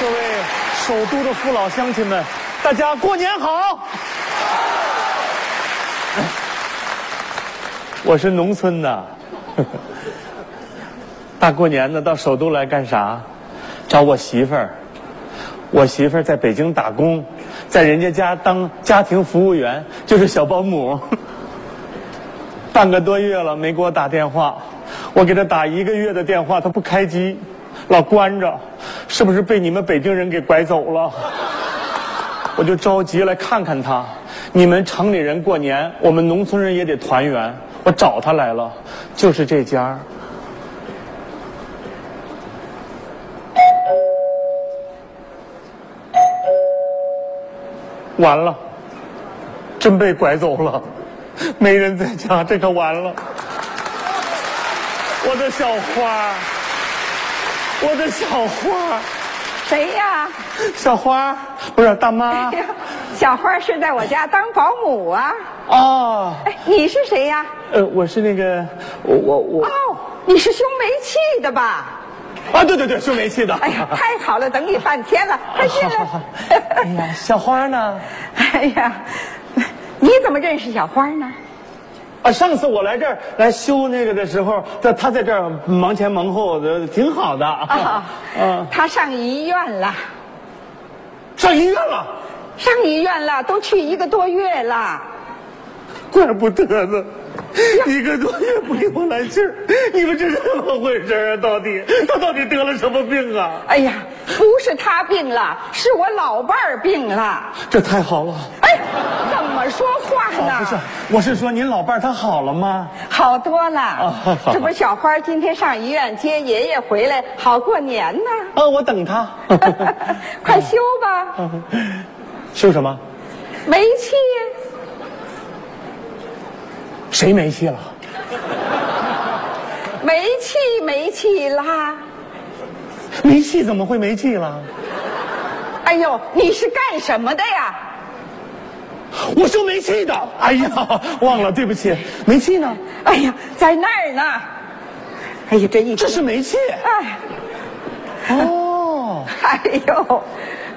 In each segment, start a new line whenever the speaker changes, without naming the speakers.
各位首都的父老乡亲们，大家过年好！我是农村的，大过年的到首都来干啥？找我媳妇儿。我媳妇儿在北京打工，在人家家当家庭服务员，就是小保姆。半个多月了没给我打电话，我给她打一个月的电话，她不开机，老关着，是不是被你们北京人给拐走了？我就着急来看看她。你们城里人过年，我们农村人也得团圆。我找她来了，就是这家。完了，真被拐走了，没人在家，这可完了。我的小花儿，我的小花儿，
谁呀？
小花儿不是大妈
哎呀小花是在我家当保姆啊。
哦，
哎，你是谁呀？
呃，我是那个，我我我
哦，你是胸煤气的吧？
啊，对对对，修煤气的。
哎呀，太好了，等你半天了，快进
好好好
来。
哎呀，小花儿呢？
哎呀，你怎么认识小花呢？
啊，上次我来这儿来修那个的时候，他他在这儿忙前忙后的，挺好的。
啊
啊，，
她上医院了，
上医院了。
上医院了，都去一个多月了。
怪不得呢，一个多月不给我来信儿，你们这是怎么回事啊？到底他到底得了什么病啊？
哎呀，不是她病了，是我老伴儿病了。
这太好了，
哎，怎么说话呢？
哦不是，我是说您老伴儿他好了吗？
好多了
好，好
这不小花今天上医院接爷爷回来，好过年 呢。
啊，我等 他。
快修吧，
修什么？
煤气
谁没戏了？
煤气煤气啦！
没戏怎么会没戏了？
哎呦，你是干什么的呀？
我修煤气的。哎呀，忘了，对不起，煤气呢？
哎呀，在那儿呢。哎呀，这一
这是煤气。
哎
哦
哎呦，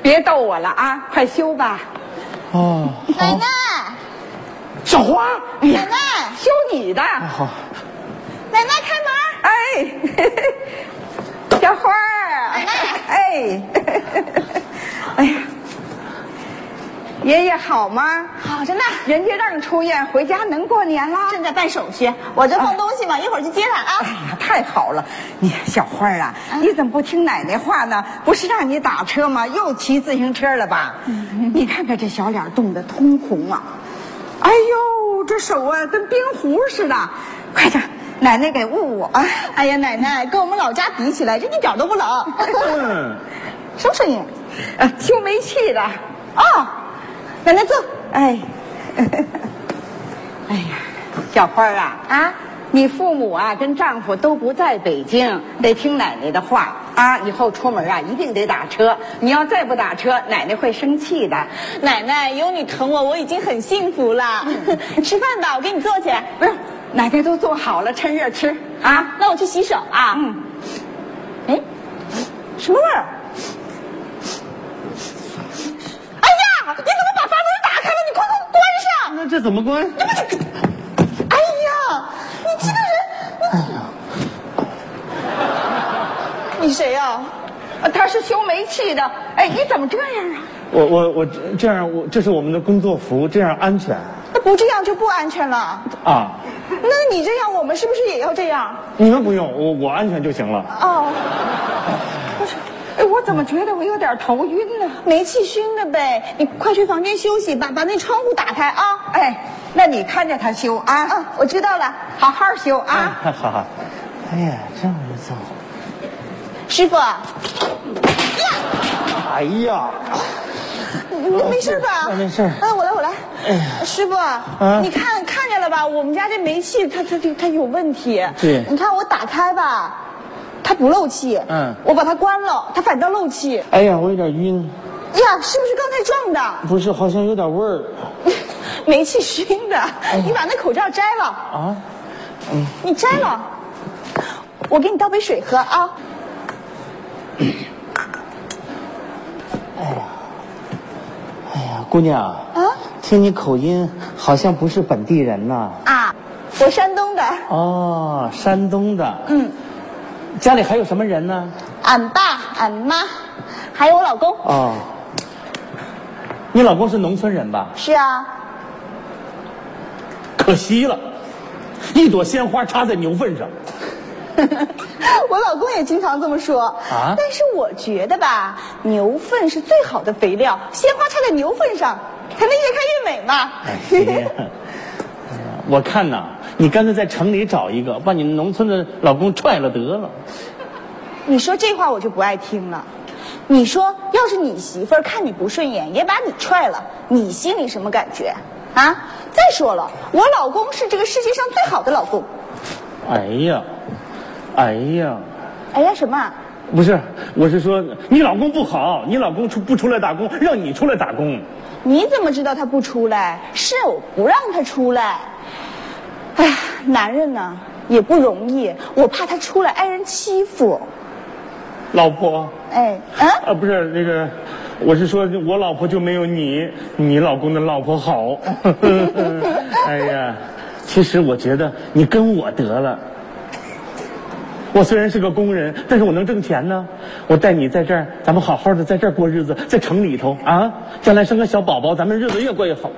别逗我了啊！快修吧，
哦，
奶
好，
奶，
小花，哎呀，
奶
嗯
奶，
修你的。
好，
奶奶开门！
哎，小花儿，啊哎，哎呀，爷爷好吗？
好着呢，
人家让出院，回家能过年啦。
正在办手续，我这放东西嘛，一会儿去接他
哎
啊。
呀，太好了！你小花儿啊，
嗯
你怎么不听奶奶话呢？不是让你打车吗？又骑自行车了吧？
嗯
你看看这小脸冻得通红啊！哎呦，这手啊，跟冰壶似的。快点，奶奶给捂捂啊！
哎呀，奶奶，跟我们老家比起来，这一点都不冷。
嗯，
什么声音？
呃，修煤气的。
哦，奶奶坐。
哎， 哎呀，小花儿啊啊，你父母啊跟丈夫都不在北京，得听奶奶的话啊。以后出门啊一定得打车，你要再不打车，奶奶会生气的。
奶奶，有你疼我，我已经很幸福了。吃饭吧，我给你做去。
不是，奶奶都做好了，趁热吃啊。
那我去洗手啊。
嗯，
哎，什么味儿？哎呀，你怎么把阀门打开了？你快快关上！
那这怎么关？
哎呀，你这个人，你你谁啊呀、
呃他是修煤气的。哎，你怎么这样啊？
我我我这这样，我这是我们的工作服，这样安全
那不这样就不安全了。
啊！
那你这样，我们是不是也要这样？
你们不用，我我安全就行了。
哦，
哎，我怎么觉得我有点头晕呢？
煤气熏的呗。你快去房间休息吧，把那窗户打开啊。
哎，那你看着他修啊，
嗯，我知道了。
好好修啊。
哈哈，哎呀，这样就走。
师傅，嗯
哎呀，
你你没事吧？
哦没事哎
嗯，我来，我来。师傅，
嗯
你看看见了吧？我们家这煤气它它它它有问题。
对
你看我打开吧，它不漏气。
嗯
我把它关了，它反倒漏气。
哎呀，我有点晕，
呀，是不是刚才撞的？
不是，好像有点味儿
煤气熏的。
哎
你把那口罩摘了，
啊。
你摘了，我给你倒杯水喝啊。
哎姑娘，听你口音好像不是本地人呐。
啊，我山东的，
哦，山东的。嗯。家里还有什么人呢？
俺爸、俺妈，还有我老公。
哦。你老公是农村人吧？
是啊，
可惜了，一朵鲜花插在牛粪上。
我老公也经常这么说。
啊
但是我觉得吧，牛粪是最好的肥料，鲜花插在牛粪上，才能越看越美嘛。
哎呀，我看呐，你干脆在城里找一个，把你农村的老公踹了得了。
你说这话我就不爱听了。你说，要是你媳妇儿看你不顺眼，也把你踹了，你心里什么感觉啊？再说了，我老公是这个世界上最好的老公。
哎呀，哎呀，
哎呀，什么啊？
不是，我是说你老公不好，你老公出不出来打工，让你出来打工。
你怎么知道他不出来？是我不让他出来。哎呀，男人呢也不容易，我怕他出来挨人欺负。
老婆，
哎，嗯，
啊，不是那个，我是说我老婆就没有你你老公的老婆好。 哎呀，其实我觉得你跟我得了。我虽然是个工人，但是我能挣钱呢。我带你在这儿，咱们好好的在这儿过日子，在城里头啊，将来生个小宝宝，咱们日子越过越好。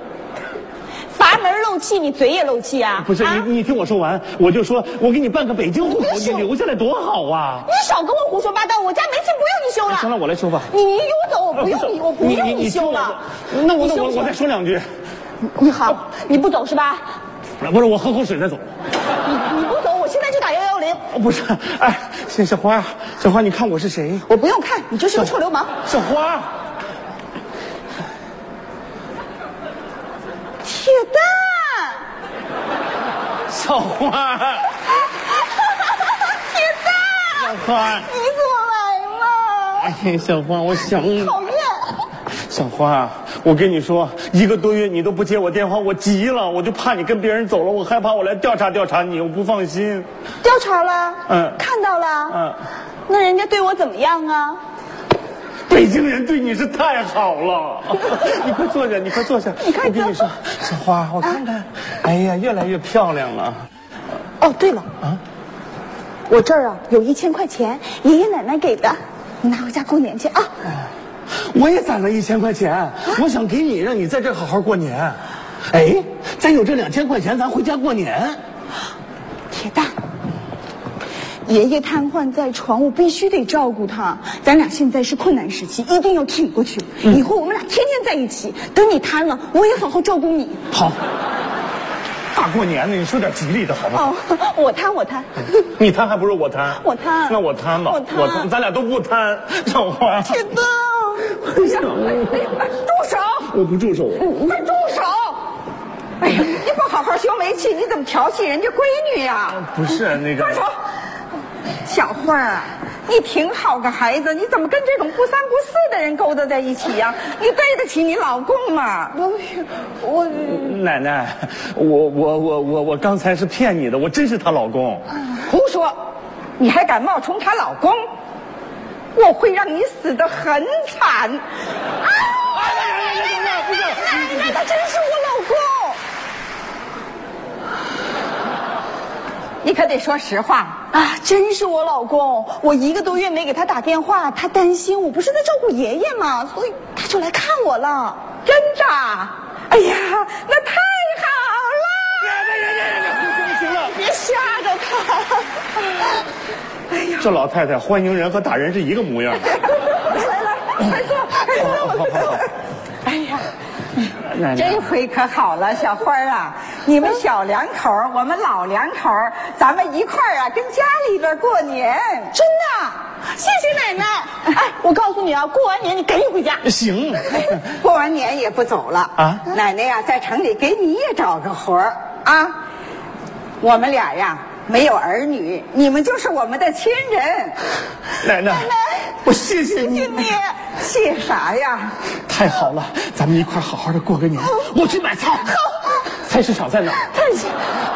阀门漏气，你嘴也漏气啊？
不是、
啊、
你，你听我说完，我就说我给你办个北京户
你
口，你
别说
留下来多好啊！
你少跟我胡说八道！我家煤气不用你修了。
哎行了，我来说吧。
你你给我走，我不用你，我不
你
用
你
修
听
了。
我那我那
你
我
休息
我再说两句，
你好，你不走是吧？
不是我喝口水再走。
你你不走，我现在就打幺幺零。
哦不是，哎，小小花，小花，你看我是谁？
我不用看，你就是个臭流氓。
小花，
铁蛋，
小花，
铁蛋，
小花，
你怎么来了？
哎，小花，我想你。
讨厌，
小花，我跟你说，一个多月你都不接我电话，我急了，我就怕你跟别人走了，我害怕我来调查调查你，我不放心。
调查了，
嗯
看到了，
嗯，
那人家对我怎么样啊？
北京人对你是太好了， 你快坐下，你快坐下。
你快
我跟你
坐
说，小花，我看看，哎呀，越来越漂亮了。
哦，对了，啊，我这儿啊有一千块钱，爷爷奶奶给的，你拿回家过年去啊。
我也攒了一千块钱，我想给你，让你在这儿好好过年。哎，咱有这两千块钱，咱回家过年。
铁蛋，爷爷瘫痪在床，我必须得照顾他。咱俩现在是困难时期，一定要挺过去。
嗯
以后我们俩天天在一起，等你瘫了，我也好好照顾你。
好，大过年的，你说点吉利的好不好？
哦， 我瘫，我瘫。
你贪还不如我贪，
我贪
那我贪吧，
我贪
咱俩都不贪，小花，
铁蛋，
住手！
我不住手。
你快住手！哎呀，你不好好修煤气，你怎么调戏人家闺女呀、
不是那个
住手！小慧儿啊，你挺好个孩子，你怎么跟这种不三不四的人勾搭在一起呀、你对得起你老公吗？
我
奶奶，我我我我我刚才是骗你的，我真是她老公。
胡说！你还敢冒充她老公？我会让你死得很惨！啊！
不是
奶奶，他真是我老公！你可得说实话，
啊，真是我老公。我一个多月没给他打电话，他担心我不是在照顾爷爷嘛，所以他就来看我了。
真的！哎呀，那太好了！
行行了，
别吓着他。
这老太太欢迎人和打人是一个模样。
来来，快坐，快坐，我们坐。哎呀，
奶奶
这回可好了，小花儿啊，你们小两口儿，我们老两口儿，咱们一块儿啊，跟家里边儿过年。
真的，谢谢奶奶。哎，我告诉你啊，过完年你赶紧回家。
行，
过完年也不走了
啊
奶奶呀、在城里给你也找个活儿啊。我们俩呀，没有儿女，你们就是我们的亲人。
奶奶，我谢谢你。
你谢啥呀？
太好了，咱们一块儿好好啊的过个年。我去买菜。菜市场在 哪儿？
太谢，哎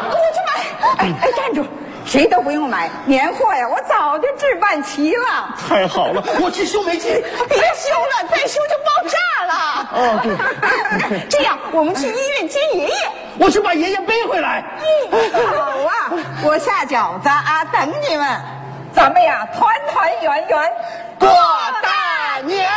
我去买。哎哎，站住！谁都不用买，年货呀，我早就置办齐了。
太好了，我去修煤气。
别修了，再修就爆炸了。
哦，对，
这样我们去医院接爷爷。
我去把爷爷背回来。
好啊，我下饺子啊，等你们，咱们呀团团圆圆过
大年。